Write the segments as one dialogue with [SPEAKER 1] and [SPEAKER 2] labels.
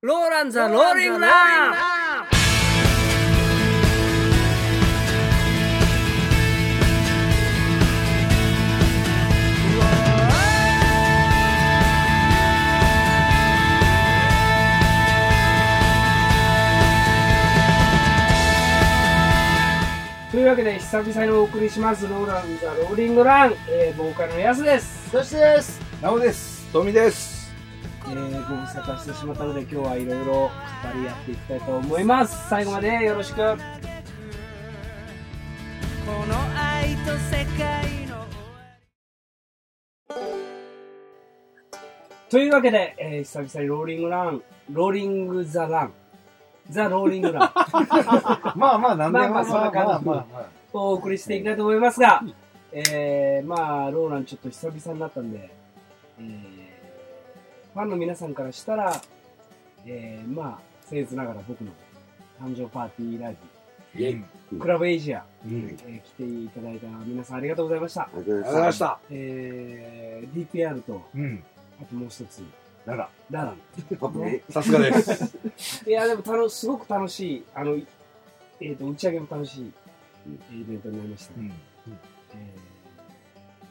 [SPEAKER 1] ローランザ・ローリングランというわけで久々にお送りしますローランザ・ローリングラン、えー、ボーカルのやすです、
[SPEAKER 2] そしてです
[SPEAKER 3] なおです。とみです。
[SPEAKER 1] えー、ご無沙汰してしまったので今日はいろいろ語り合っていきたいと思います最後までよろしく
[SPEAKER 4] この愛と世界の
[SPEAKER 1] というわけで、えー、久々にローリングラン、ローリングザラン、ザローリングラン
[SPEAKER 3] まあまあ、なんでも
[SPEAKER 1] まあまあそんな感じ
[SPEAKER 3] ま
[SPEAKER 1] をお送りしていきたいと思いますが、えー、まあ、ローランちょっと久々になったんで、えー、ファンの皆さんからしたら、えー、まあ、僭越ながら僕の誕生パーティーライ
[SPEAKER 3] イェイ。
[SPEAKER 1] ブ、クラブエイジア、
[SPEAKER 3] うん。
[SPEAKER 1] えー来ていただいた皆さんありがとうございました。
[SPEAKER 2] ありがとう
[SPEAKER 3] ありがとう
[SPEAKER 2] ご
[SPEAKER 3] ございました。
[SPEAKER 1] えー、DPR と、
[SPEAKER 3] うん。
[SPEAKER 1] あともう一つ、
[SPEAKER 3] なら、
[SPEAKER 1] ララン。
[SPEAKER 2] パプね
[SPEAKER 3] さすがです。
[SPEAKER 1] いや、でも楽し、すごく楽しい、あの、えっ、と、打ち上げも楽しいイベントになりましたね、
[SPEAKER 3] ん。
[SPEAKER 1] え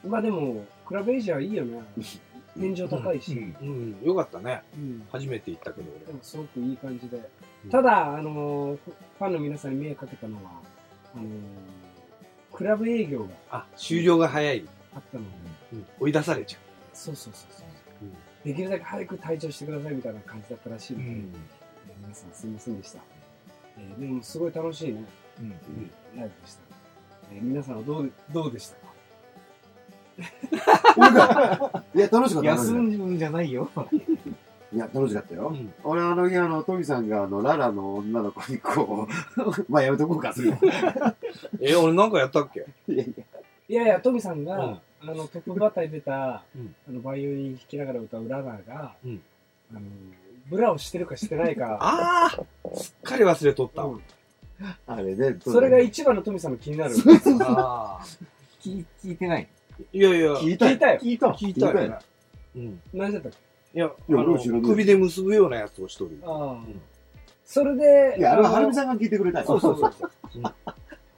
[SPEAKER 1] ーまあでも、クラブエイジアはいいよね。天井高いし、
[SPEAKER 3] うん。うんよかったね。
[SPEAKER 1] うん
[SPEAKER 3] 初めて行ったけど、
[SPEAKER 1] でもすごくいい感じで。
[SPEAKER 3] うん
[SPEAKER 1] ただ、あのーファンの皆さんに迷惑かけたのは、あのークラブ営業が
[SPEAKER 3] あ、終了が早い。
[SPEAKER 1] あったので、
[SPEAKER 3] 追い出されちゃ
[SPEAKER 1] そうそうそうそう。
[SPEAKER 3] う。
[SPEAKER 1] できるだけ早く退場してくださいみたいな感じだったらしいので、
[SPEAKER 3] ん。
[SPEAKER 1] 皆さんすいませんでした。えーでもすごい楽しいね、
[SPEAKER 3] うん。
[SPEAKER 1] ライブでした。えー皆さんはどうどうでしたか
[SPEAKER 2] いや、楽しかった。楽し
[SPEAKER 1] 休
[SPEAKER 2] かっ
[SPEAKER 1] んじゃないよ。
[SPEAKER 2] たいや、楽しかった
[SPEAKER 3] う
[SPEAKER 2] よ。
[SPEAKER 3] ん。
[SPEAKER 2] 俺、あの日、あの、トミさんが、あの、ララの女の子にこう、 まあ、やめとこうか、次。
[SPEAKER 3] え、俺なんかやったっけ
[SPEAKER 2] いやいや
[SPEAKER 1] いやいや、トミさんが、
[SPEAKER 3] うん
[SPEAKER 1] あの、トップバッターに出た、
[SPEAKER 3] うん
[SPEAKER 1] あの、バイオリン弾きながら歌うラナーが、
[SPEAKER 3] うん
[SPEAKER 1] あの、ブラをしてるかしてないか、
[SPEAKER 3] ああすっかり忘れとった
[SPEAKER 1] う
[SPEAKER 3] わ
[SPEAKER 1] ん。
[SPEAKER 2] あれね、
[SPEAKER 1] それが
[SPEAKER 2] い
[SPEAKER 1] 一番のトミさんの気になる。
[SPEAKER 3] ああ。
[SPEAKER 5] 聞い聞いてない。
[SPEAKER 3] いやいや、
[SPEAKER 2] 聞いた
[SPEAKER 1] 聞いたよ。
[SPEAKER 3] 聞いた聞いたよ
[SPEAKER 2] 聞いた
[SPEAKER 3] ね。うん。
[SPEAKER 1] 何だったっけ
[SPEAKER 3] いや、あ
[SPEAKER 2] いや
[SPEAKER 3] の
[SPEAKER 2] 俺知らない
[SPEAKER 3] 首で結ぶようなやつをしとる
[SPEAKER 1] あ。あ、
[SPEAKER 3] ん
[SPEAKER 1] それで、
[SPEAKER 2] いや、あれは、
[SPEAKER 1] の
[SPEAKER 2] はるみさんが聞いてくれたよ。
[SPEAKER 3] そうそうそうそう。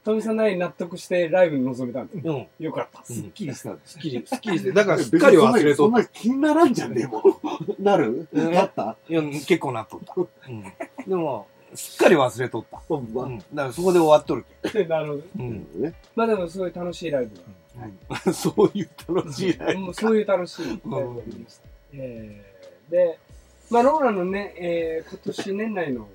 [SPEAKER 1] トミさんなりに納得してライブに臨めたんで、
[SPEAKER 3] うん。
[SPEAKER 1] よかったっす。
[SPEAKER 3] うん
[SPEAKER 5] すっきりしたんです。
[SPEAKER 3] すっきり、すっきりして。だからすっ
[SPEAKER 2] 別
[SPEAKER 3] か
[SPEAKER 2] に
[SPEAKER 3] り
[SPEAKER 2] そんな
[SPEAKER 3] 忘れ
[SPEAKER 2] そ
[SPEAKER 3] と
[SPEAKER 2] ん
[SPEAKER 3] っ
[SPEAKER 2] な気にならんじゃん、でも。なる
[SPEAKER 3] うん
[SPEAKER 2] なっ
[SPEAKER 3] た。
[SPEAKER 2] た
[SPEAKER 3] いや、結構なっとった。うん。でも、すっかり忘れとった。
[SPEAKER 2] ほん
[SPEAKER 3] う
[SPEAKER 2] ま。
[SPEAKER 3] ん。だからそこで終わっとるけ。
[SPEAKER 1] なるほど。
[SPEAKER 3] うん。
[SPEAKER 2] ね
[SPEAKER 1] まあでもすごい楽しいライブが。
[SPEAKER 3] そういう楽しいライ
[SPEAKER 1] もうそういう楽しいライブがありました。えーで、まあローラのね、えー今年年内の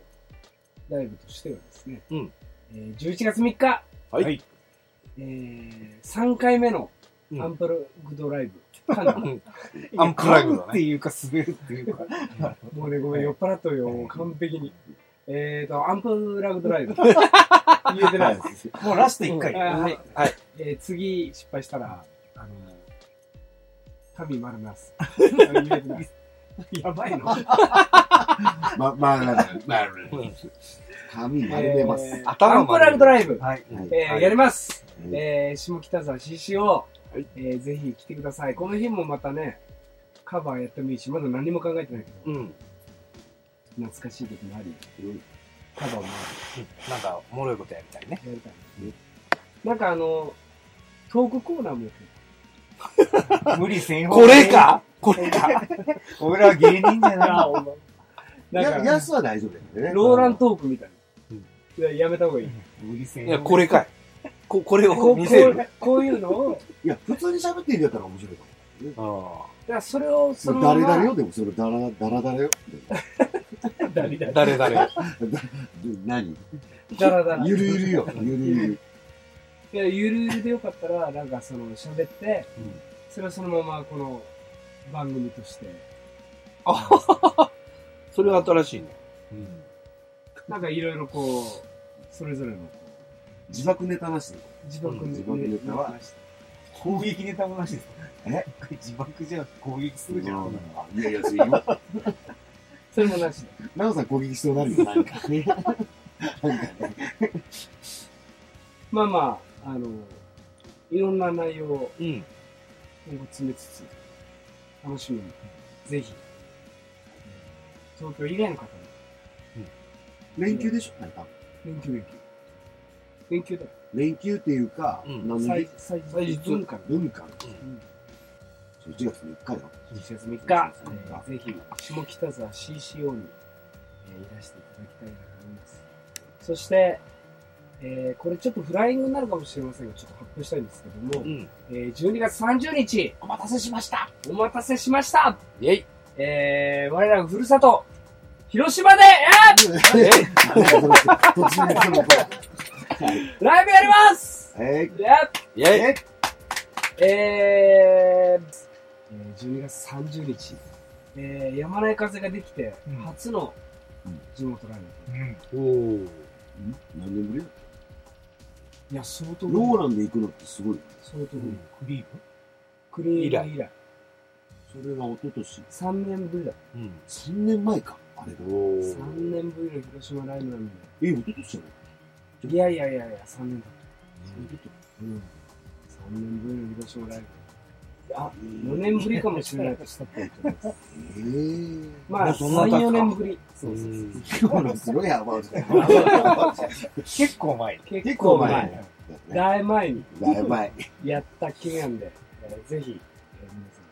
[SPEAKER 1] ライブとしてはですね、
[SPEAKER 3] うん
[SPEAKER 1] えー11月3日、
[SPEAKER 3] ブ。はい。
[SPEAKER 1] えー3回目の
[SPEAKER 3] うん
[SPEAKER 1] アンプルグド ライブ。かな
[SPEAKER 3] アンプラ
[SPEAKER 5] 噛
[SPEAKER 3] グ
[SPEAKER 5] む
[SPEAKER 3] だ
[SPEAKER 5] って
[SPEAKER 3] ね。
[SPEAKER 5] いうか滑るっていうか。
[SPEAKER 1] もうね、ごめん、酔っ払っとるよ、もう完璧に。えーと、アンプラグドラ イブ。言えてない。
[SPEAKER 5] もうラスト一
[SPEAKER 1] あ
[SPEAKER 5] 回。
[SPEAKER 1] はい。
[SPEAKER 3] はい。
[SPEAKER 1] えー次、失敗したら、あの、旅丸な す。あ言えてない。
[SPEAKER 5] やばいの。
[SPEAKER 2] ま、まあ、なんか
[SPEAKER 3] なるほど。
[SPEAKER 2] 髪丸めます。
[SPEAKER 1] えー
[SPEAKER 3] 頭
[SPEAKER 1] アンプラグドライブ。
[SPEAKER 5] はい。
[SPEAKER 3] うん
[SPEAKER 1] えー
[SPEAKER 2] はい
[SPEAKER 1] やります、
[SPEAKER 2] はい
[SPEAKER 1] えー下北沢 CCO、
[SPEAKER 3] い
[SPEAKER 1] えーぜひ来てくださいこの日もまたねカバーやってもいいしまだ何も考えてないけど
[SPEAKER 3] うん。
[SPEAKER 1] 懐かしい時もあり
[SPEAKER 2] うん
[SPEAKER 1] カバーも
[SPEAKER 3] なんか、おもろいことやりたいね。
[SPEAKER 1] やりたい
[SPEAKER 2] うん
[SPEAKER 1] なんかあのトークコーナーもやってる
[SPEAKER 5] 無理せん方
[SPEAKER 3] これかこれか。
[SPEAKER 5] 俺は芸人じゃない。
[SPEAKER 1] なんか
[SPEAKER 2] や、やすは大丈夫だよね。
[SPEAKER 1] ローラントークみたいな
[SPEAKER 3] う
[SPEAKER 1] い
[SPEAKER 3] ん、
[SPEAKER 1] ややめた方がいい
[SPEAKER 5] 無理せん
[SPEAKER 3] い
[SPEAKER 5] 方
[SPEAKER 3] や、これかい。こ、これ
[SPEAKER 1] こ
[SPEAKER 3] を
[SPEAKER 1] う
[SPEAKER 3] 見せる。
[SPEAKER 1] こうこういうのを
[SPEAKER 2] いや、普通に喋っていいんだったら面白いかも。
[SPEAKER 3] あ
[SPEAKER 1] だからそれをその
[SPEAKER 2] まあ
[SPEAKER 1] ま
[SPEAKER 2] 誰
[SPEAKER 1] ま
[SPEAKER 2] 々よ、でもそれ、だら、だらだらよ。
[SPEAKER 1] 誰誰
[SPEAKER 3] あ。誰誰
[SPEAKER 2] 何
[SPEAKER 1] だらだら
[SPEAKER 2] ゆるゆるよ。ゆるゆる。
[SPEAKER 1] いやゆるゆるでよかったらなんかその喋って、
[SPEAKER 3] うん
[SPEAKER 1] それをそのままこの番組として
[SPEAKER 3] それは新しいね。うん。
[SPEAKER 1] なんかいろいろこうそれぞれの
[SPEAKER 2] 自爆ネタなし。
[SPEAKER 1] 自分
[SPEAKER 3] うん
[SPEAKER 2] 自分で言ったわ
[SPEAKER 5] 攻撃ネタもなしです。
[SPEAKER 2] え
[SPEAKER 5] 自爆じゃなくて攻撃するじゃん。
[SPEAKER 2] いやいや、いいよ。
[SPEAKER 1] それもなしで
[SPEAKER 2] ナオさん攻撃しそうになるよ。なんかね。
[SPEAKER 1] まあまああのいろんな内容を
[SPEAKER 3] うん。
[SPEAKER 1] 今後詰めつつ楽しみにぜひ東京以外の方に
[SPEAKER 2] 連休でしょあれ多分
[SPEAKER 1] 連休連休連休だよ
[SPEAKER 2] 連休っていうか、
[SPEAKER 3] うん
[SPEAKER 2] 何の
[SPEAKER 1] 最
[SPEAKER 2] 日
[SPEAKER 1] 最最文化の
[SPEAKER 2] 文化の
[SPEAKER 1] うん
[SPEAKER 2] 日1月3日よ。
[SPEAKER 1] 1月3日、えーぜひ下北沢 CCO に、えーいらしていただきたいなと思いますそして、えーこれちょっとフライングになるかもしれませんがちょっと発表したいんですけども、
[SPEAKER 3] うん。
[SPEAKER 1] えー12月30日お待たせしましたお待たせしました
[SPEAKER 3] イェイ
[SPEAKER 1] えー、我らのふるさと広島で、え
[SPEAKER 2] え突然その声。
[SPEAKER 1] ーライブやります
[SPEAKER 2] え
[SPEAKER 1] でえ
[SPEAKER 3] イェイ
[SPEAKER 1] ーえー12月30日、えー、山内風ができて
[SPEAKER 5] うん
[SPEAKER 1] 初の
[SPEAKER 2] うん
[SPEAKER 1] 地元ライブ、
[SPEAKER 5] うん。
[SPEAKER 3] おー。
[SPEAKER 2] ん何年ぶり
[SPEAKER 1] いや、相当
[SPEAKER 2] ローランで行くのってすごい。
[SPEAKER 1] 相当
[SPEAKER 3] うん
[SPEAKER 5] クリーム
[SPEAKER 1] クリーン以
[SPEAKER 3] 以来
[SPEAKER 1] 来。
[SPEAKER 2] それが一昨年。
[SPEAKER 1] 3年ぶりだ。
[SPEAKER 3] うん。
[SPEAKER 2] 3年前か。あれが。
[SPEAKER 3] おー。
[SPEAKER 1] 3年ぶりの広島ライブなんだ
[SPEAKER 2] え、一昨年じゃない
[SPEAKER 1] よ。いやいやいやいや、3年だ。
[SPEAKER 2] 一昨
[SPEAKER 1] うん。3年ぶりの広島ライブ。あ、
[SPEAKER 2] 年
[SPEAKER 1] 4年ぶりかもしれないとしたってことです。
[SPEAKER 2] えー、
[SPEAKER 1] まあ、
[SPEAKER 2] そんな
[SPEAKER 1] 3、
[SPEAKER 2] 経つか
[SPEAKER 1] 4年ぶり。
[SPEAKER 3] そうそうそう
[SPEAKER 2] 今のすごいやばい。
[SPEAKER 5] 結構前。
[SPEAKER 1] 結構前。
[SPEAKER 5] 結
[SPEAKER 1] だいぶ前に
[SPEAKER 2] やばい。
[SPEAKER 1] やったっきりなんで、えーぜひ、えー皆さん。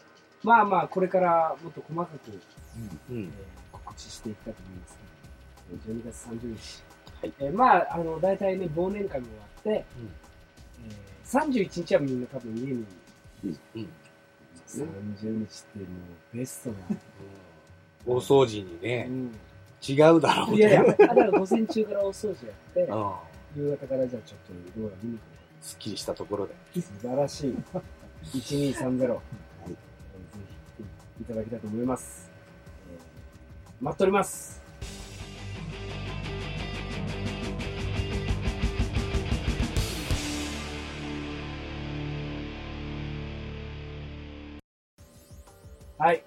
[SPEAKER 1] まあまあ、これからもっと細かく、
[SPEAKER 3] う
[SPEAKER 1] えー
[SPEAKER 3] ん。
[SPEAKER 1] 告知していきたいと思いますけど、えー12月30日。
[SPEAKER 3] はい
[SPEAKER 1] えーまあ、あの、大体ね、忘年会も終わって、
[SPEAKER 3] うん
[SPEAKER 1] えー31日はみんな多分家にいる、
[SPEAKER 3] うん。
[SPEAKER 1] 30日ってもうベストな。
[SPEAKER 3] お掃除に
[SPEAKER 1] う
[SPEAKER 3] ね、
[SPEAKER 1] ん、
[SPEAKER 3] 違うだろう
[SPEAKER 1] いやいや、
[SPEAKER 3] ね。
[SPEAKER 1] だから午前中からお掃除やって
[SPEAKER 3] う、ん。
[SPEAKER 1] 夕方からじゃあちょっとどうや見に行く
[SPEAKER 3] すっきりしたところで。
[SPEAKER 1] 素晴らしい。1230。はいぜ
[SPEAKER 2] い
[SPEAKER 1] ひ来ていただきたいと思います。えー待っております。はい。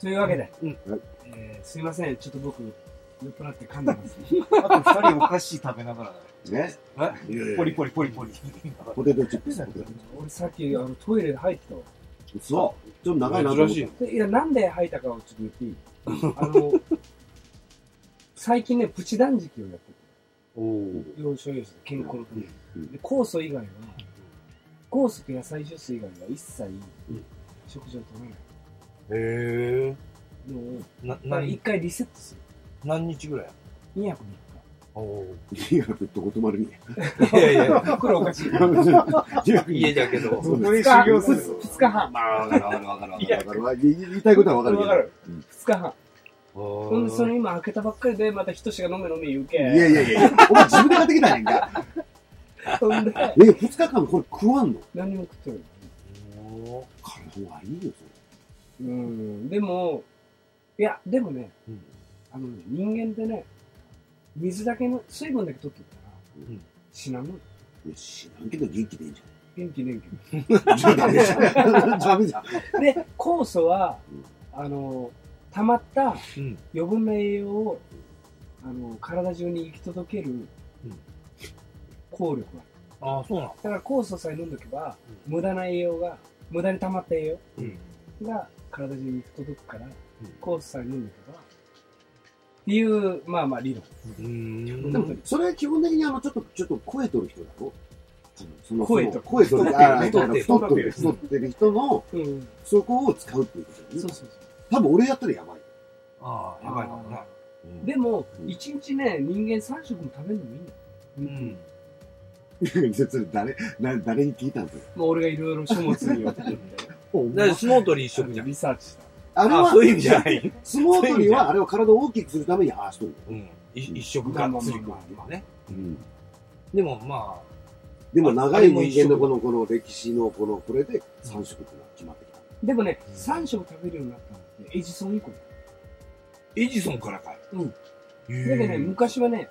[SPEAKER 1] というわけで、
[SPEAKER 3] うん
[SPEAKER 2] はい
[SPEAKER 1] えーすいません。ちょっと僕、酔っ払って噛んで ます。
[SPEAKER 5] 構前。あと二人お菓子食べながらだね。
[SPEAKER 2] ね。
[SPEAKER 5] ポリポ
[SPEAKER 2] ポ
[SPEAKER 5] リポリポリ。
[SPEAKER 2] ポテトチップス。
[SPEAKER 1] 俺さっきあのトイレで入ってたわ。
[SPEAKER 2] そう。ちょっと長いなと思
[SPEAKER 3] 珍
[SPEAKER 2] った
[SPEAKER 3] しいの。
[SPEAKER 1] でいや、なんで吐いたかをちょっと言っていいあの、最近ね、プチ断食をやって
[SPEAKER 3] おー。
[SPEAKER 1] る。要所要所で健康のために
[SPEAKER 2] うん
[SPEAKER 1] で酵素以外は、酵素と野菜ジュース以外は一切
[SPEAKER 3] うん
[SPEAKER 1] 食事を取らない。
[SPEAKER 3] へ
[SPEAKER 1] でも、
[SPEAKER 3] ー。な、
[SPEAKER 1] まあ一
[SPEAKER 3] 何、
[SPEAKER 1] 回リセットする。
[SPEAKER 3] 何日ぐらい
[SPEAKER 1] 2泊
[SPEAKER 3] おー。
[SPEAKER 2] リアルとことまるに。
[SPEAKER 3] いやいや、
[SPEAKER 1] 3日。これおかしい。
[SPEAKER 3] 家だ けど。
[SPEAKER 5] そこで修行する。
[SPEAKER 1] 2日半。
[SPEAKER 2] まあ、わかるわかるわかるわかるわかる。言いたいことはわかるけど。
[SPEAKER 1] わかる
[SPEAKER 2] うん
[SPEAKER 1] 2日半。
[SPEAKER 3] お
[SPEAKER 1] ほんで、そ
[SPEAKER 3] ー。
[SPEAKER 1] れ今開けたばっかりで、またひとしが飲め飲め言うけ。
[SPEAKER 2] いやいやいや、お前自分で買ってきたやんか。
[SPEAKER 1] ほんで、
[SPEAKER 2] え、2日間これ食わんの
[SPEAKER 1] 何も食ってない。
[SPEAKER 3] おー
[SPEAKER 2] 体はいいよ、
[SPEAKER 1] うん。でも、いや、でもね、
[SPEAKER 3] うん
[SPEAKER 1] あのね、人間ってね、水だけの、水分だけ取ってったら、
[SPEAKER 3] ん
[SPEAKER 1] 死なの。
[SPEAKER 2] それ。いや、知らんけど元気でいいんじ
[SPEAKER 1] 元気元
[SPEAKER 2] ゃん。じゃあダメじゃん。ダメじゃん。
[SPEAKER 1] 気。で、酵素は、あの、溜まった
[SPEAKER 3] うん。
[SPEAKER 1] 余分な栄養を、あの、体中に行き届ける、効力がある。
[SPEAKER 3] ああ、そうなの
[SPEAKER 1] だから酵素さえ飲んどけば、
[SPEAKER 3] うん
[SPEAKER 1] 無駄な栄養が、無駄に溜まった栄
[SPEAKER 3] うん。
[SPEAKER 1] 養が体中に行き届くから、酵素さえ飲んどけば、っていう、まあまあ理論。
[SPEAKER 3] うーん。
[SPEAKER 2] でも、 それは基本的にあの、ちょっと、ちょっと声取る人だろその
[SPEAKER 1] 声と
[SPEAKER 2] 声取る。ああ
[SPEAKER 3] 太ってる
[SPEAKER 2] 太ってる。太ってる人の、
[SPEAKER 1] うん。
[SPEAKER 2] そこを使うっていうことだよね
[SPEAKER 1] そうそうそう。
[SPEAKER 2] 多分俺やったらやばい。
[SPEAKER 5] ああ、やばいかもな。
[SPEAKER 1] でも、
[SPEAKER 2] うん
[SPEAKER 1] 一日ね、人間3食も食べるのもいいんだよ。
[SPEAKER 3] うん。
[SPEAKER 2] それ 誰、な誰に聞いたんですか
[SPEAKER 1] まあ、俺がいろいろ書物によって るんで
[SPEAKER 3] だから相撲取り一緒じゃん。
[SPEAKER 1] リサーチした。
[SPEAKER 2] あれ
[SPEAKER 3] あそういう意
[SPEAKER 2] は、
[SPEAKER 3] 味じゃない。
[SPEAKER 2] 相撲取りは、あれは体を大きくするためにああしとる。
[SPEAKER 3] うん。い一食がっつり食うっていうね。
[SPEAKER 2] うん
[SPEAKER 3] でもま
[SPEAKER 2] でも長い人間のこの、この歴史のこの、これで3食ってのは決まってきた。
[SPEAKER 1] でもね、
[SPEAKER 3] うん
[SPEAKER 1] 3食食べるようになったのって、エジソン以降だよ。
[SPEAKER 3] あ、エジソンからかい。
[SPEAKER 1] うん
[SPEAKER 3] へ
[SPEAKER 1] だ
[SPEAKER 3] え。
[SPEAKER 1] けどね、昔はね、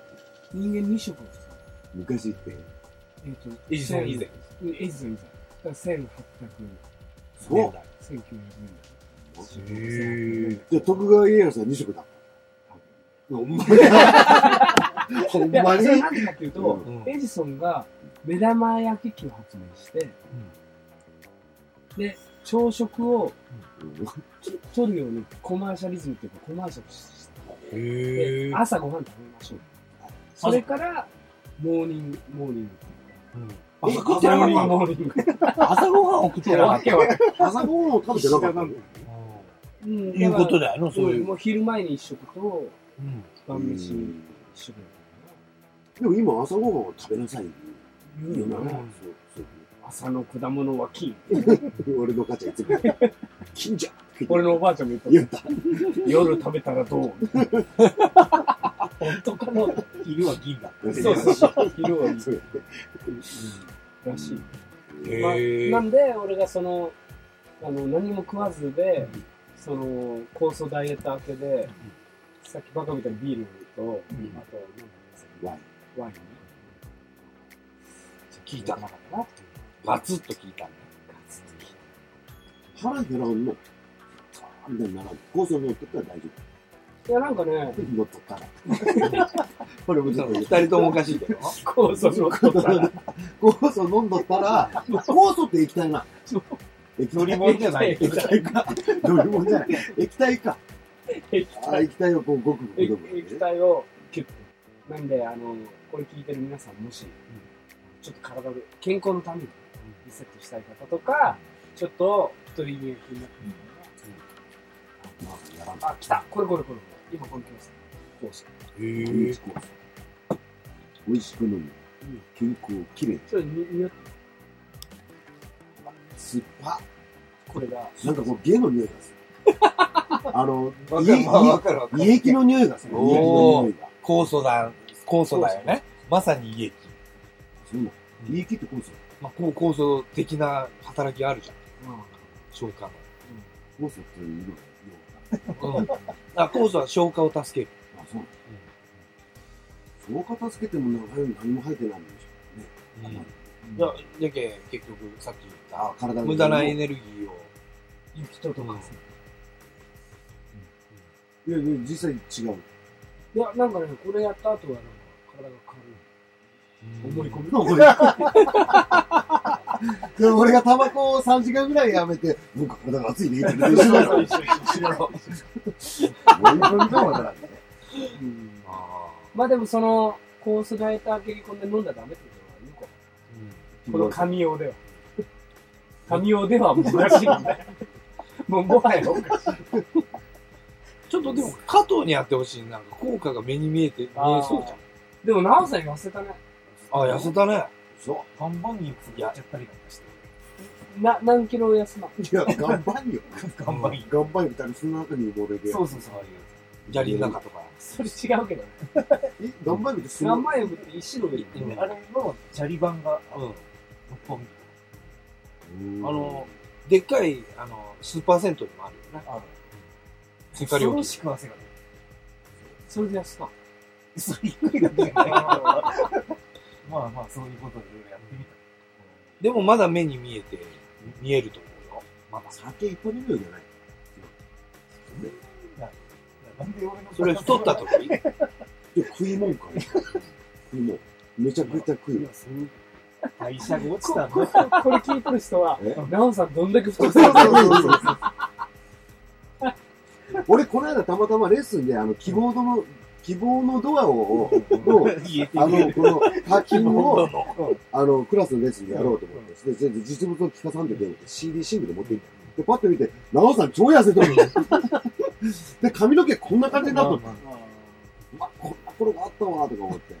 [SPEAKER 1] 人間2食を食ってた。
[SPEAKER 2] 昔って、
[SPEAKER 1] えっ、と、
[SPEAKER 3] エジソン以前。
[SPEAKER 1] うん。エジソン以前。だから1800、
[SPEAKER 2] そう。
[SPEAKER 1] 1900年代。
[SPEAKER 3] へえ
[SPEAKER 2] じゃあ徳川家康は2食 だった。ほんまに。ほん
[SPEAKER 1] いや、
[SPEAKER 2] ま
[SPEAKER 1] そ
[SPEAKER 2] に
[SPEAKER 1] れは。なんでかっていうと、
[SPEAKER 2] うん
[SPEAKER 1] エジソンが目玉焼き器を発明して、で、朝食を
[SPEAKER 2] うん
[SPEAKER 1] 取るようにコマーシャリズムっていうかコマーシャルしで
[SPEAKER 3] へえ。
[SPEAKER 1] 朝ごはん食べましょう。それから、モーニング、モーニングっていうね。
[SPEAKER 2] え
[SPEAKER 5] 朝ご
[SPEAKER 1] ジャーニー
[SPEAKER 5] はん
[SPEAKER 1] モーニング。
[SPEAKER 3] 朝ごはんを食ってなかった。
[SPEAKER 2] 朝ごはんを食べてなかったの。
[SPEAKER 1] うん
[SPEAKER 3] いうこと
[SPEAKER 1] だ
[SPEAKER 3] だよな、
[SPEAKER 1] か
[SPEAKER 3] そ
[SPEAKER 1] ら
[SPEAKER 3] う
[SPEAKER 1] もう
[SPEAKER 3] いう。
[SPEAKER 1] もう昼前に一食と、
[SPEAKER 3] うん
[SPEAKER 1] 晩飯一
[SPEAKER 2] うん
[SPEAKER 1] 食。
[SPEAKER 2] でも今朝ごはんを食べなさいって言うよな。
[SPEAKER 3] うん
[SPEAKER 2] そうそう
[SPEAKER 1] 朝の果物は金。
[SPEAKER 2] 俺の母ちゃんいつも、 金じゃんって
[SPEAKER 1] 俺のおばあちゃんも言
[SPEAKER 2] 言
[SPEAKER 1] っ。
[SPEAKER 2] ったた。
[SPEAKER 1] 夜食べたらど う本当かな
[SPEAKER 3] 昼は銀だ。
[SPEAKER 1] そうそうそう。昼はいい。
[SPEAKER 2] そう
[SPEAKER 1] うんらしい。
[SPEAKER 3] へ
[SPEAKER 1] まあ
[SPEAKER 3] え。
[SPEAKER 1] なんで俺がそのあの何も食わずで、その酵素ダイエット明けで、さっきバカみたいにビールと、あとなんだっけ
[SPEAKER 2] ワイン
[SPEAKER 1] ワインね
[SPEAKER 3] 聞いたな。ガツッと聞いたんだ。
[SPEAKER 2] 腹減らんの。さあみたいにならん。高層に乗っとったら大丈
[SPEAKER 1] いやなんかね
[SPEAKER 2] 夫。乗っとったら。
[SPEAKER 3] これ、二人ともおかしいけど。
[SPEAKER 1] 酵素のことだ な
[SPEAKER 2] 酵素飲んどったら、酵素って液体な。液
[SPEAKER 5] 乗り物じゃない。
[SPEAKER 2] 液体か。乗り物じゃない。液体か。
[SPEAKER 1] 液
[SPEAKER 2] あ
[SPEAKER 1] 体
[SPEAKER 2] 液体をこうごくごく飲む、ね。
[SPEAKER 1] 液体をキュッとなんであのこれ聞いてる皆さんもし、ちょっと体で健康のためにリセットしたい方とか、ちょっと一人気になってる方は
[SPEAKER 2] まあ、やらん
[SPEAKER 1] あ、来た。これこれこれ。今本気です。こうして。
[SPEAKER 3] へえ。
[SPEAKER 2] 美味しく飲む。健康、綺麗、
[SPEAKER 1] それに、によって
[SPEAKER 2] 酸っぱ。
[SPEAKER 1] これが。
[SPEAKER 2] なんかこう、芸の匂いがする。あの、
[SPEAKER 5] わか
[SPEAKER 2] 家
[SPEAKER 5] るわわかるわかる。
[SPEAKER 2] 胃液の匂いがする。胃液の匂いが。
[SPEAKER 3] 酵素だ、酵素だよね。まさに胃液。
[SPEAKER 2] そうなの胃液ってこうですよ。
[SPEAKER 3] まあ、こう酵素的な働きあるじゃん。消化
[SPEAKER 2] 酵素っていうのが
[SPEAKER 3] の。うん。あ、酵素は消化を助ける。
[SPEAKER 2] あ、そうなのそう片付けても長いのに何も入ってないんでしょうね。
[SPEAKER 3] じゃ、じゃけ、結局、さっき言った
[SPEAKER 2] あ、、体の
[SPEAKER 3] 無駄なエネルギーを。
[SPEAKER 1] 雪ととかさ。
[SPEAKER 2] いやいや、実際違う。
[SPEAKER 1] いや、なんかね、これやった後はなんか体が軽い。思い込み。
[SPEAKER 2] 思い込みでも俺がタバコを3時間ぐらいやめて、なんか体が熱いねって言ってる
[SPEAKER 1] そう
[SPEAKER 2] 思
[SPEAKER 1] そう一緒一緒一緒
[SPEAKER 2] い込みかもわからんね。
[SPEAKER 1] うん
[SPEAKER 3] ああ。
[SPEAKER 1] まあでもその、コースダイエット明けにこんで飲んだらダメってことはよくわかるこの神用 では。神用ではもうおかしいんだよ。 もうもはやおかしい。
[SPEAKER 3] ちょっとでも、加藤にやってほしい。なんか、効果が目に見えて、見えそうじゃん。
[SPEAKER 1] でも、なおさん痩せたね。
[SPEAKER 3] ああ、痩せたね。
[SPEAKER 2] そ
[SPEAKER 5] 看板に行くとやっちゃったりなんかして。
[SPEAKER 1] な、何キロ痩せなの
[SPEAKER 2] う。いや、頑張んよ。
[SPEAKER 5] 看板に。
[SPEAKER 2] 頑張るみたいな、その中に埋もれて。
[SPEAKER 5] そうそうそう、あり
[SPEAKER 3] 砂利の中とか。
[SPEAKER 1] それ違うけどね。
[SPEAKER 2] え、頑張るってそ
[SPEAKER 1] 何
[SPEAKER 2] の、
[SPEAKER 1] 万円もって石の上行ってんだよ
[SPEAKER 5] がとうあれの砂利板が、あ
[SPEAKER 3] うん。
[SPEAKER 5] 六本木。
[SPEAKER 2] うん
[SPEAKER 3] あ、の、でっかい、あの、スーパー銭湯にもあるよね。
[SPEAKER 5] ある。
[SPEAKER 3] 追加料
[SPEAKER 5] 恐ろ
[SPEAKER 3] 金。
[SPEAKER 5] しく汗が出る。
[SPEAKER 1] それで痩せた。
[SPEAKER 5] それ一回だ けじゃない。まあまあ、そういうことでいろいろやってみた。
[SPEAKER 3] でもまだ目に見えて、見えると思うよ。まだ。
[SPEAKER 2] 酒一本飲むようじゃない。
[SPEAKER 5] なんで俺の
[SPEAKER 3] それ太った時
[SPEAKER 2] いや食いもんかよ。食いもん。めちゃくちゃ食いもん。
[SPEAKER 5] 代謝が落ち
[SPEAKER 1] こ
[SPEAKER 5] たん
[SPEAKER 1] こ
[SPEAKER 5] だ。
[SPEAKER 1] これ聞いてる人 は、
[SPEAKER 2] え
[SPEAKER 1] ナオさんどんだけ太
[SPEAKER 2] そう
[SPEAKER 1] くて
[SPEAKER 2] そ
[SPEAKER 1] る
[SPEAKER 2] うそうそう。 俺、この間たまたまレッスンで、あの、希望の、希望のドアを、 の、
[SPEAKER 5] 言えて
[SPEAKER 2] あの、この、課金を、
[SPEAKER 5] うん
[SPEAKER 2] あの、クラスのレッスンでやろうと思って、で、全然実物を聞かさんでて、CD シングル持っていった。で、パッと見て、なおさん超痩せてる。で、髪の毛こんな感じになっとった。あ、こんな頃があったわ、とか思って。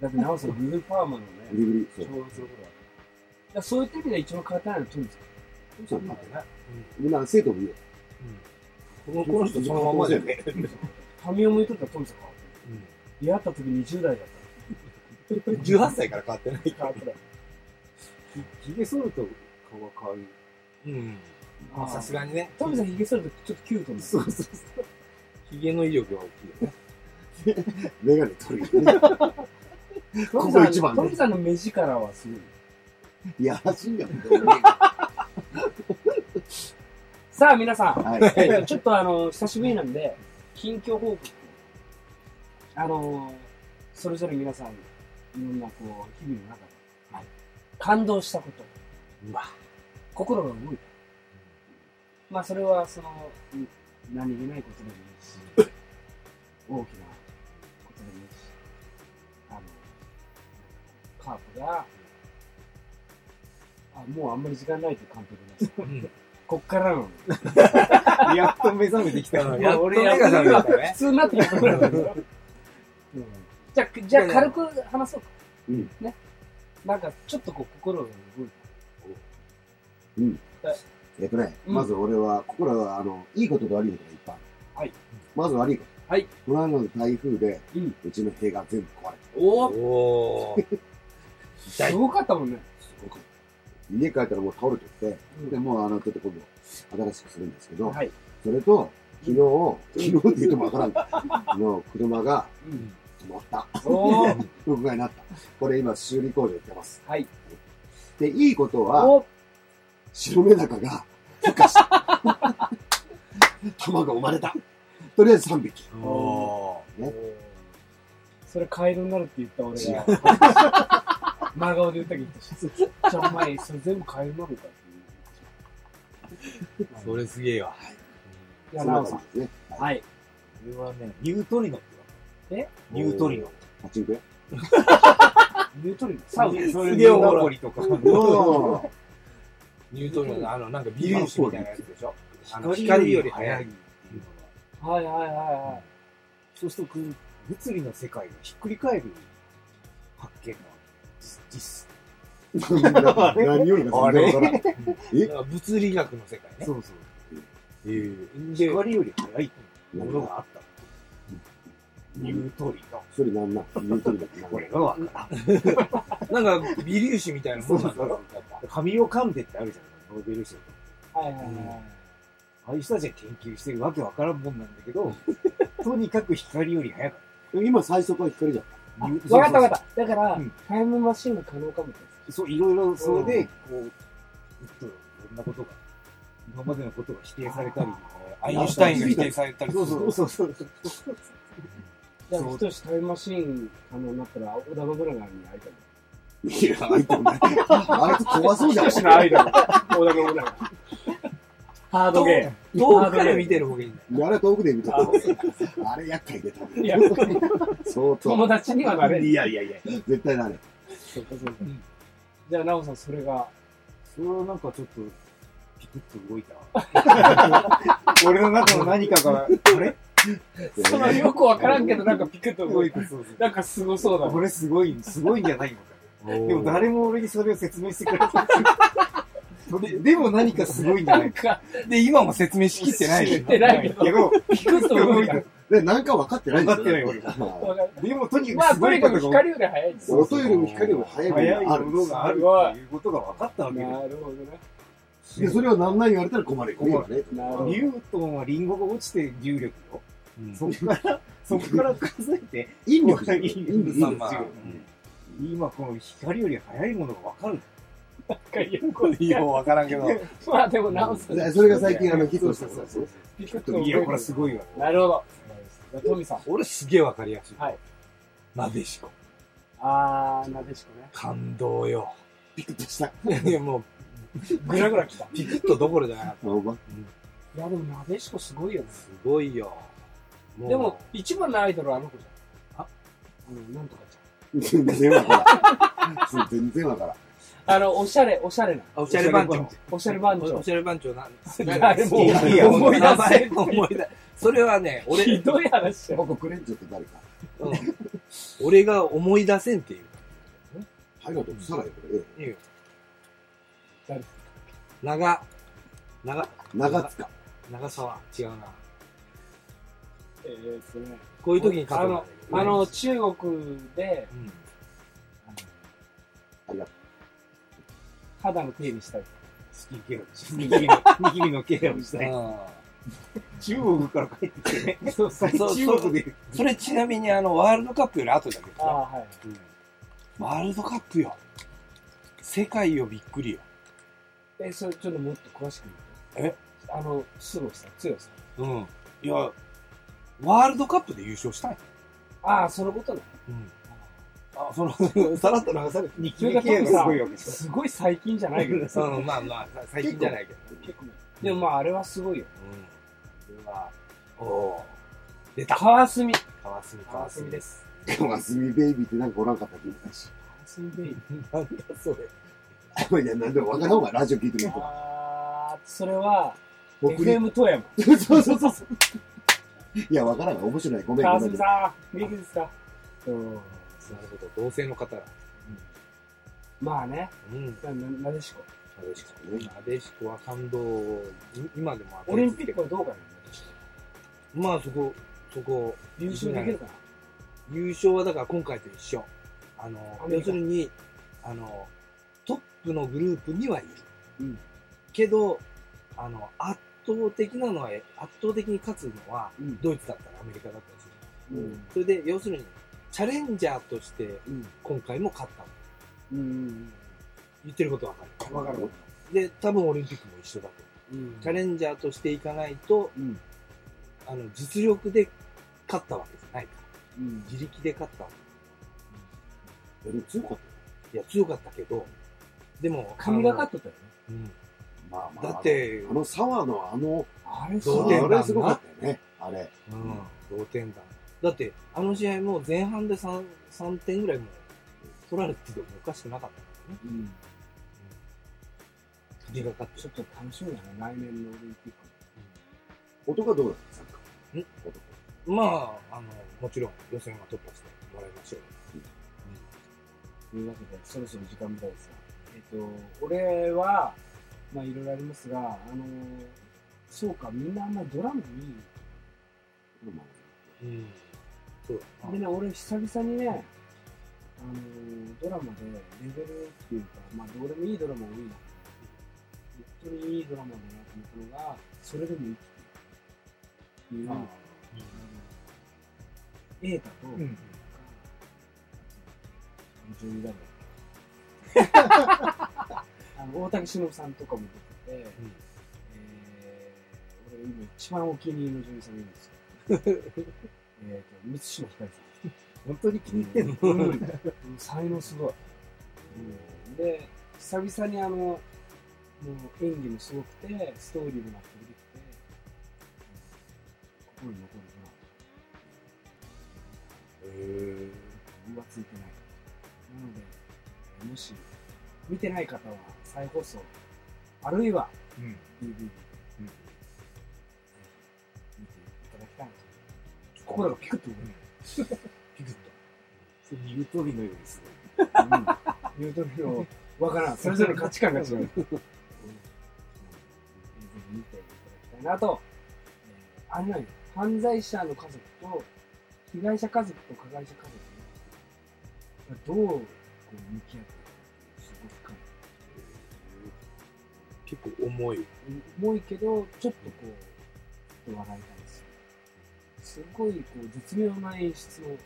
[SPEAKER 1] だってナオさん、グルーパーマンの
[SPEAKER 2] グ
[SPEAKER 1] ね、
[SPEAKER 2] リグ
[SPEAKER 1] 挑
[SPEAKER 2] リ、そう。
[SPEAKER 1] 発することだからそういった意味では一番勝たないのはトミさん。
[SPEAKER 2] そうなんだよね。みんな生徒もいいよ。
[SPEAKER 3] このこの人そのままだよね。
[SPEAKER 1] 髪を向いとったらトミさん変わってる出会った時20代だっ
[SPEAKER 3] 18歳から変わってない。
[SPEAKER 1] た。変わってない。
[SPEAKER 5] ひげ剃ると顔が変わる。
[SPEAKER 3] うん。
[SPEAKER 1] あー
[SPEAKER 3] さすがにね。
[SPEAKER 1] トミさん髭剃るとちょっとキュートになる。
[SPEAKER 2] うそうそ
[SPEAKER 3] ヒゲの威力が大きいよね。
[SPEAKER 2] う。メガネ取るよね。
[SPEAKER 1] ト
[SPEAKER 2] こ
[SPEAKER 1] ミさん
[SPEAKER 2] こ一番ね
[SPEAKER 1] トミさんの目力はすごい。
[SPEAKER 2] いやらしいんだもんね。は
[SPEAKER 1] さあ皆さん、
[SPEAKER 2] い。
[SPEAKER 1] いやちょっとあの、久しぶりなんで、近況報告。あの、それぞれ皆さん、いろんなこう、日々の中で、感動したこと。心が動いた。まあそれはその、うん何気ないことでもいいし、もうあんまり時間ないって監督です。
[SPEAKER 3] うん
[SPEAKER 1] こっからなの。
[SPEAKER 5] やっと目覚めてきた
[SPEAKER 3] やっと
[SPEAKER 1] 俺
[SPEAKER 3] 目が覚めた
[SPEAKER 1] 普
[SPEAKER 3] ね。
[SPEAKER 1] 通になってきたからだけどうんじゃあ、じゃあ軽く話そうか。
[SPEAKER 2] うん
[SPEAKER 1] ね。なんか、ちょっとこう、心が動い
[SPEAKER 2] えっとね、
[SPEAKER 1] うん
[SPEAKER 2] まず俺は、ここらは、あの、いいことと悪いことがいっぱいある。
[SPEAKER 1] はい。
[SPEAKER 2] まず悪いこと。
[SPEAKER 1] はい。
[SPEAKER 2] この間の台風で、
[SPEAKER 1] うん
[SPEAKER 2] うちの塀が全部壊れた。
[SPEAKER 1] おお
[SPEAKER 3] おー。痛
[SPEAKER 1] す
[SPEAKER 3] い
[SPEAKER 1] ごかったもんね。
[SPEAKER 2] すごかった。家帰ったらもう倒れてて、
[SPEAKER 1] うん
[SPEAKER 2] で、もうあの、ちょっと今度、新しくするんですけど、
[SPEAKER 1] はい。
[SPEAKER 2] それと、昨日、昨日って言ってもわからんけど、の車が
[SPEAKER 1] うん。
[SPEAKER 2] 止まった。
[SPEAKER 1] おー
[SPEAKER 2] 不具合になった。これ今、修理工場行ってます。
[SPEAKER 1] はい。
[SPEAKER 2] で、いいことは、
[SPEAKER 1] お
[SPEAKER 2] 白目中が、孵化した。卵生まれた。とりあえず3匹。
[SPEAKER 3] お
[SPEAKER 2] ね
[SPEAKER 1] それカエルになるって言った俺が、 真顔で言ったけど、じゃあお前、それ全部カエルなのかっていう
[SPEAKER 3] ー。それすげえわ。
[SPEAKER 1] いや、
[SPEAKER 2] そん
[SPEAKER 1] な
[SPEAKER 2] な
[SPEAKER 1] おさ
[SPEAKER 2] 感
[SPEAKER 1] ん。
[SPEAKER 2] じですね。
[SPEAKER 1] はい。
[SPEAKER 5] れはね、ニュートリノって言われるニュートリノ。
[SPEAKER 2] パチンコ屋
[SPEAKER 1] ニュートリノ。サウナ。
[SPEAKER 5] それ
[SPEAKER 3] す
[SPEAKER 5] ニ
[SPEAKER 3] げえ
[SPEAKER 5] ュ
[SPEAKER 3] お
[SPEAKER 5] ー
[SPEAKER 3] も
[SPEAKER 5] ナポ
[SPEAKER 3] ろ
[SPEAKER 5] リとか。
[SPEAKER 2] おー
[SPEAKER 3] ニュートリノのあの、なんか微粒子みたいなやつでしょあの
[SPEAKER 5] 光より速いっていうのは。
[SPEAKER 1] はいはいはいは
[SPEAKER 5] そうするとこう、物理の世界がひっくり返る発見が実
[SPEAKER 3] だか
[SPEAKER 2] 何よりも全然わからん
[SPEAKER 3] ら物理学の世界ね。
[SPEAKER 5] そうそう。
[SPEAKER 3] えーで、
[SPEAKER 5] 光より速いもの
[SPEAKER 2] 何
[SPEAKER 5] があった。ニュートリノ。
[SPEAKER 2] それなんなん言うとるだけ。
[SPEAKER 5] これがわかっ
[SPEAKER 3] なんか微粒子みたいなもんなんだろ
[SPEAKER 5] た。紙を噛んでってあるじゃん、ノーベル賞とか。
[SPEAKER 1] い。はいはいはいはい。
[SPEAKER 5] ああいう人たちが研究してるわけわからんもんなんだけど、とにかく光より速かっ
[SPEAKER 2] 今最速は光じゃん。
[SPEAKER 5] た。ニュー
[SPEAKER 1] わかったわかった。だから、
[SPEAKER 5] うん
[SPEAKER 1] タイムマシンが可能かもしれない
[SPEAKER 5] そう、いろいろそれで、こう、ずっといろんなことが、今までのことが否定されたり、
[SPEAKER 3] アインシュタインが否定されたりす
[SPEAKER 5] そ
[SPEAKER 3] る。
[SPEAKER 5] うそうそうそう。
[SPEAKER 1] じゃあ、
[SPEAKER 5] そう
[SPEAKER 1] ひとしタイムマシン可能になったら、小田信長に会いたい。
[SPEAKER 2] いや、あいつお前、あいつ怖そうじゃん。
[SPEAKER 1] のアイドル。小田信長。ハードゲ
[SPEAKER 3] 遠くから見てる方がいいんだよ。
[SPEAKER 2] あれ遠くで見たあれ厄介で多
[SPEAKER 1] ー。い
[SPEAKER 2] 分。
[SPEAKER 1] や、友
[SPEAKER 2] 相当。
[SPEAKER 1] 達にはなれる。
[SPEAKER 5] いやいやいや。
[SPEAKER 2] 絶対なれ。
[SPEAKER 1] そうかそうか。じゃあ、なおさん、それが。
[SPEAKER 5] それはなんかちょっと、ピクッと動いた。 俺の中の何かが、あれ
[SPEAKER 1] そのよくわからんけど、なんかピクッと動
[SPEAKER 5] 動い
[SPEAKER 1] いて。
[SPEAKER 5] た。そうそう。
[SPEAKER 1] なんかすごそうだもん。
[SPEAKER 5] これすごい、すごいんじゃないのか。で
[SPEAKER 3] で
[SPEAKER 5] も誰も俺にそれを説明してくれない。ででも何かすごいんじゃ
[SPEAKER 1] な
[SPEAKER 5] なんいか。
[SPEAKER 1] か、
[SPEAKER 3] で、今も説明しきってない
[SPEAKER 1] 知
[SPEAKER 3] で
[SPEAKER 1] っ。てないけど
[SPEAKER 5] け、ど、
[SPEAKER 1] ピクッと動いた。
[SPEAKER 2] で、なんか分かってないんだよ
[SPEAKER 5] 分かってない俺
[SPEAKER 2] まあ
[SPEAKER 1] わかる
[SPEAKER 5] でもとに
[SPEAKER 1] ま
[SPEAKER 5] かく
[SPEAKER 1] あ、
[SPEAKER 5] す
[SPEAKER 1] と
[SPEAKER 5] ごい
[SPEAKER 1] にか
[SPEAKER 5] こ
[SPEAKER 1] く
[SPEAKER 5] とが
[SPEAKER 1] 光より速いです。
[SPEAKER 2] 音よりも光よりも速いも
[SPEAKER 5] 早
[SPEAKER 2] の
[SPEAKER 5] い
[SPEAKER 2] があ
[SPEAKER 5] も
[SPEAKER 2] る。
[SPEAKER 5] のがあるっていうことが分かったわけ
[SPEAKER 1] な
[SPEAKER 5] で
[SPEAKER 1] るほどね。
[SPEAKER 5] す
[SPEAKER 2] で、
[SPEAKER 5] よ。
[SPEAKER 2] それは何々言われたら困るよね。今ね
[SPEAKER 1] なるほど
[SPEAKER 5] ニ。ュートンはリンゴが落ちて重力よ。
[SPEAKER 3] うん
[SPEAKER 5] そこ から、そこから数えて、
[SPEAKER 2] 引力じゃん。
[SPEAKER 5] 引力
[SPEAKER 2] 引力
[SPEAKER 5] まあ
[SPEAKER 3] まあ
[SPEAKER 5] 違う今この光より速いものが分かる
[SPEAKER 3] いや、わからんけど。
[SPEAKER 1] まあ、でも、なおさん。
[SPEAKER 2] でそれが最近あのヒットした
[SPEAKER 5] そうそうそうそう
[SPEAKER 1] ピクッと
[SPEAKER 5] の
[SPEAKER 1] 動
[SPEAKER 5] い
[SPEAKER 1] い
[SPEAKER 5] や、
[SPEAKER 1] て
[SPEAKER 5] これすごいわ。
[SPEAKER 1] なるほど。じゃあトミさん。
[SPEAKER 3] 俺すげえわかりやすい。
[SPEAKER 1] はい。
[SPEAKER 3] なでしこ。
[SPEAKER 1] あー、なでしこね。
[SPEAKER 3] 感動よ。
[SPEAKER 2] ピクッとした。
[SPEAKER 3] いや、も
[SPEAKER 1] ぐらぐら来た。
[SPEAKER 3] う、ピクッとどころじゃなかっ
[SPEAKER 2] あおば
[SPEAKER 1] いや、でも、なでしこすごいよね
[SPEAKER 3] た。。すごいよ。もう
[SPEAKER 1] でも、、一番のアイドルはあの子じゃん。
[SPEAKER 3] あ
[SPEAKER 1] あの、なんとかち
[SPEAKER 2] 全然わからん。全然わからん。
[SPEAKER 1] ゃん。あの、おしゃれ、おしゃれな。
[SPEAKER 3] おしゃれ番長。
[SPEAKER 1] おしゃれ番長
[SPEAKER 3] お。しゃれ番長なん
[SPEAKER 1] あれもう
[SPEAKER 3] いや
[SPEAKER 1] 思い出せ
[SPEAKER 3] 名前が思い出せそれはね、俺、
[SPEAKER 1] ひどい話だよ。
[SPEAKER 2] 僕、クレンジョって誰か。
[SPEAKER 3] うん俺が思い出せんっていう。
[SPEAKER 2] ハイガーとサラよ、これ。え
[SPEAKER 3] 長、長、
[SPEAKER 2] え長塚。
[SPEAKER 3] 長沢。違うな。
[SPEAKER 1] えーっとね
[SPEAKER 3] こういう時に勝つんだけど
[SPEAKER 1] あの、、中国で
[SPEAKER 3] うん
[SPEAKER 1] 肌の手入れしたり。
[SPEAKER 5] スキンケアをしニキビの、ニキビのケアをしたい。中国から帰ってきて ね。そうそう
[SPEAKER 3] そう
[SPEAKER 5] 中国で。
[SPEAKER 3] それちなみにあの、ワールドカップより後だけど
[SPEAKER 1] あ
[SPEAKER 3] ね、
[SPEAKER 1] あー、はい。
[SPEAKER 3] ワールドカップよ。世界よ、びっくりよ。
[SPEAKER 1] え、それ、ちょっともっと詳しく言って
[SPEAKER 3] え
[SPEAKER 1] あの、すごさ、強さ。
[SPEAKER 3] うん。いや、ワールドカップで優勝したい。
[SPEAKER 1] ああ、そのことね。
[SPEAKER 3] うん。あ、その、さらっと流されて。
[SPEAKER 5] ニ
[SPEAKER 1] そ
[SPEAKER 5] キ
[SPEAKER 1] れ
[SPEAKER 5] ビ
[SPEAKER 1] が
[SPEAKER 5] ケア
[SPEAKER 1] トミ
[SPEAKER 5] がす
[SPEAKER 1] さ
[SPEAKER 5] ごいわけ
[SPEAKER 1] ん、
[SPEAKER 5] ですよ。
[SPEAKER 1] すごい最近じゃないけど さ。
[SPEAKER 3] うん、まあまあ、最近じゃないけど。
[SPEAKER 1] 結構ねでもまあ、あれはすごいよ。
[SPEAKER 3] うん。では、おおー。出た。
[SPEAKER 1] 川澄。
[SPEAKER 3] 川澄、
[SPEAKER 1] 川澄です。
[SPEAKER 2] 川澄ベイビーってなんかおらんかった気がするし。
[SPEAKER 1] 川澄ベイビー。
[SPEAKER 3] なんだそれ。
[SPEAKER 2] いや、なんでも若い方がラジオ聞いてるとか。
[SPEAKER 1] あーそれは、
[SPEAKER 2] 僕に。
[SPEAKER 1] FM 富山。
[SPEAKER 2] そうそうそうそう。いや、わからんが面白い。ごめん、
[SPEAKER 1] 川
[SPEAKER 2] ごめ
[SPEAKER 1] 澄
[SPEAKER 2] ん。
[SPEAKER 1] さん、元気ですかうん。
[SPEAKER 3] なるほど、同性の方ら。
[SPEAKER 1] まあね、
[SPEAKER 3] うん。
[SPEAKER 1] ななでしこ。
[SPEAKER 3] なでしこね。なでしこは感動を、い今でも
[SPEAKER 1] オリンピックはどうかな
[SPEAKER 3] まあそこ、そこ、
[SPEAKER 1] 優勝できるか
[SPEAKER 3] 優勝はだから今回と一緒。あの
[SPEAKER 1] ア、メリ
[SPEAKER 3] 要
[SPEAKER 1] カ
[SPEAKER 3] するに、あの、トップのグループにはいる。
[SPEAKER 1] うん
[SPEAKER 3] けど、あの、圧倒的なのは、圧倒的に勝つのは、
[SPEAKER 1] うん
[SPEAKER 3] ドイツだったらアメリカだったりする。
[SPEAKER 1] な。
[SPEAKER 2] うん
[SPEAKER 3] それで、要するに、チャレンジャーとして
[SPEAKER 1] うん。
[SPEAKER 3] 今回も勝ったの。
[SPEAKER 1] うん。
[SPEAKER 3] 言ってることわかる。
[SPEAKER 1] わかるわ。
[SPEAKER 3] で、多分オリンピックも一緒だと。
[SPEAKER 1] うん
[SPEAKER 3] チャレンジャーとしていかないと、
[SPEAKER 1] うん。
[SPEAKER 3] あの、実力で勝ったわけじゃないか
[SPEAKER 1] う
[SPEAKER 3] ら。
[SPEAKER 1] ん。
[SPEAKER 3] 自力で勝ったわ
[SPEAKER 2] でも強かっ
[SPEAKER 3] け。いや、強かったけど、でも、
[SPEAKER 1] 神がかっ
[SPEAKER 3] っ
[SPEAKER 1] とったよね。
[SPEAKER 3] た。うん
[SPEAKER 2] た。まあまあ。
[SPEAKER 3] だって
[SPEAKER 2] あの沢のあの、
[SPEAKER 1] あれ
[SPEAKER 3] 同
[SPEAKER 1] そ
[SPEAKER 2] あ
[SPEAKER 1] う
[SPEAKER 3] 点
[SPEAKER 1] だ
[SPEAKER 3] だ
[SPEAKER 1] よ。
[SPEAKER 2] れすごかったよね。あれ。
[SPEAKER 3] 同点だ。だって、あの試合も前半で 3, 3点ぐらいも取られててもおかしくなかったからね。
[SPEAKER 1] うん。
[SPEAKER 3] 首がかって
[SPEAKER 1] ちょっと楽しみだな、来年のオリンピッ
[SPEAKER 2] 男はどうなんですか
[SPEAKER 3] ん
[SPEAKER 2] 男。
[SPEAKER 3] まあ、あの、もちろん予選は突破してもらいましょう。
[SPEAKER 1] ク。というわけで、そろそろ時間みたいですが。えっと、俺は、まあいろいろありますが、あのー、そうか、みんなあんまりドラムに、
[SPEAKER 2] まあ
[SPEAKER 3] うん。そうだ
[SPEAKER 1] で
[SPEAKER 3] な。
[SPEAKER 1] ね、俺久々にね、あのードラマでレベルっていうか、まあどうでもいいドラマ多いな。本当にいいドラマだなと思ったのが、それでもいいっていう。いう、
[SPEAKER 3] あ
[SPEAKER 1] あ
[SPEAKER 3] あ
[SPEAKER 1] の、瑛太と、
[SPEAKER 3] うん。
[SPEAKER 1] 女優だね。 あの大竹しのぶさんとかも出てて、
[SPEAKER 3] うん
[SPEAKER 1] えー俺今一番お気に入りの女優さんがいるんですよ。えっと、満島ひかりさん。本当に気に入ってんの、うん才能すごい、うんで、久々にあの、もう演技もすごくて、ストーリーも納得できて、うん心に残るな。
[SPEAKER 3] へ
[SPEAKER 1] 分はついてない。なので、えーもし、見てない方は再放送、あるいは
[SPEAKER 3] うん
[SPEAKER 1] DVD、ぜ
[SPEAKER 3] うん
[SPEAKER 1] ひ見ていただきたいなと。心がピクッと動い
[SPEAKER 3] ピクッと。
[SPEAKER 5] 言う通りのようですね。
[SPEAKER 1] た。うん。言うとるの、わからん。それぞれの価値観が違う。うん。うんぜひ見ていただきたいなと。えーあれなんよ犯罪者の家族と、被害者家族と加害者家族がどうこう向き合っていくかっていう、すごく深い。
[SPEAKER 3] 結構重い。
[SPEAKER 1] 重いけど、ちょっとこう、ちょっと笑いたいですよ。すごい、こう、絶妙な演出を、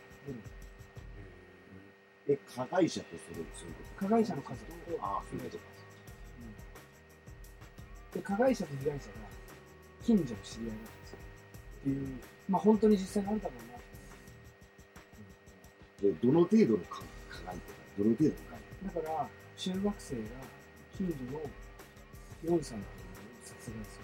[SPEAKER 2] え、加害者とそれそういうこと
[SPEAKER 1] 加害者の家族と被害者の
[SPEAKER 2] ああ、そういう
[SPEAKER 1] 家
[SPEAKER 2] こと
[SPEAKER 1] 族
[SPEAKER 2] か。。
[SPEAKER 1] うんで、加害者と被害者が、近所の知り合いなんですよ。っていう、まあ本当に実際にあるだろうなって
[SPEAKER 2] でどの程度の加加害とか、どの程度
[SPEAKER 1] い
[SPEAKER 2] の
[SPEAKER 1] うだから、中学生が近所の4歳の子を殺害す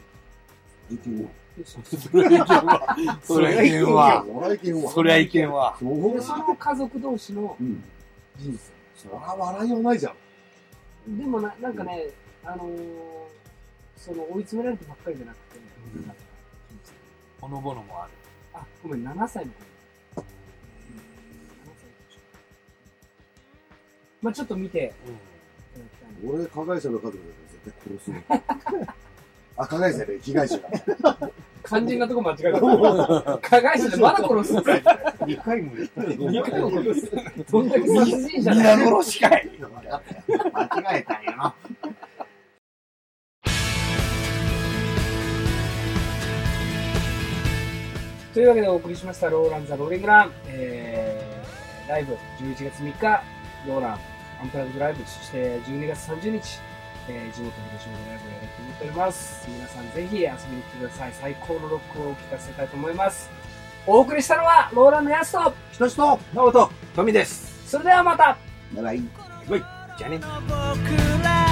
[SPEAKER 2] 事件は。
[SPEAKER 1] る。で、殺害
[SPEAKER 3] それは意見は。
[SPEAKER 2] そりゃ意見は。
[SPEAKER 3] そりゃ意見は。
[SPEAKER 2] そう
[SPEAKER 1] でその家族同士の
[SPEAKER 2] うん。
[SPEAKER 1] 人生。
[SPEAKER 2] そりゃ笑いはないじゃん。
[SPEAKER 1] でもな、なんかね、あのー、その追い詰められてばっかりじゃなくて、
[SPEAKER 3] うん
[SPEAKER 1] なんか
[SPEAKER 3] ほのぼのもある。
[SPEAKER 1] あ、ごめん、7歳の子。まあちょっと見ていただきたいな
[SPEAKER 2] 俺、加害者の家族だったら絶対殺すよ。 あ、加害者で、被害者が。
[SPEAKER 1] 肝心なとこ間違えた。 加害者でまだ殺すんですよ。
[SPEAKER 5] 2回も言ったら
[SPEAKER 1] 二回も殺す。どんだけ殺人 者だ
[SPEAKER 3] 皆
[SPEAKER 1] よ。
[SPEAKER 3] 殺しかい
[SPEAKER 5] 間違えたんやな。
[SPEAKER 1] というわけでお送りしました、ローランザ・ローリングラン、えー、ライブ11月3日、ローランアンプラグドライブ、そして12月30日、えー、地元広島でライブをやろうと思っております。皆さんぜひ遊びに来てください。最高のロックを聞かせたいと思います。お送りしたのは、ローランのやすと、
[SPEAKER 2] ひとしと
[SPEAKER 3] なおと、トミです。
[SPEAKER 1] それではまた
[SPEAKER 2] バイバイ。
[SPEAKER 3] じゃあね。
[SPEAKER 4] 僕ら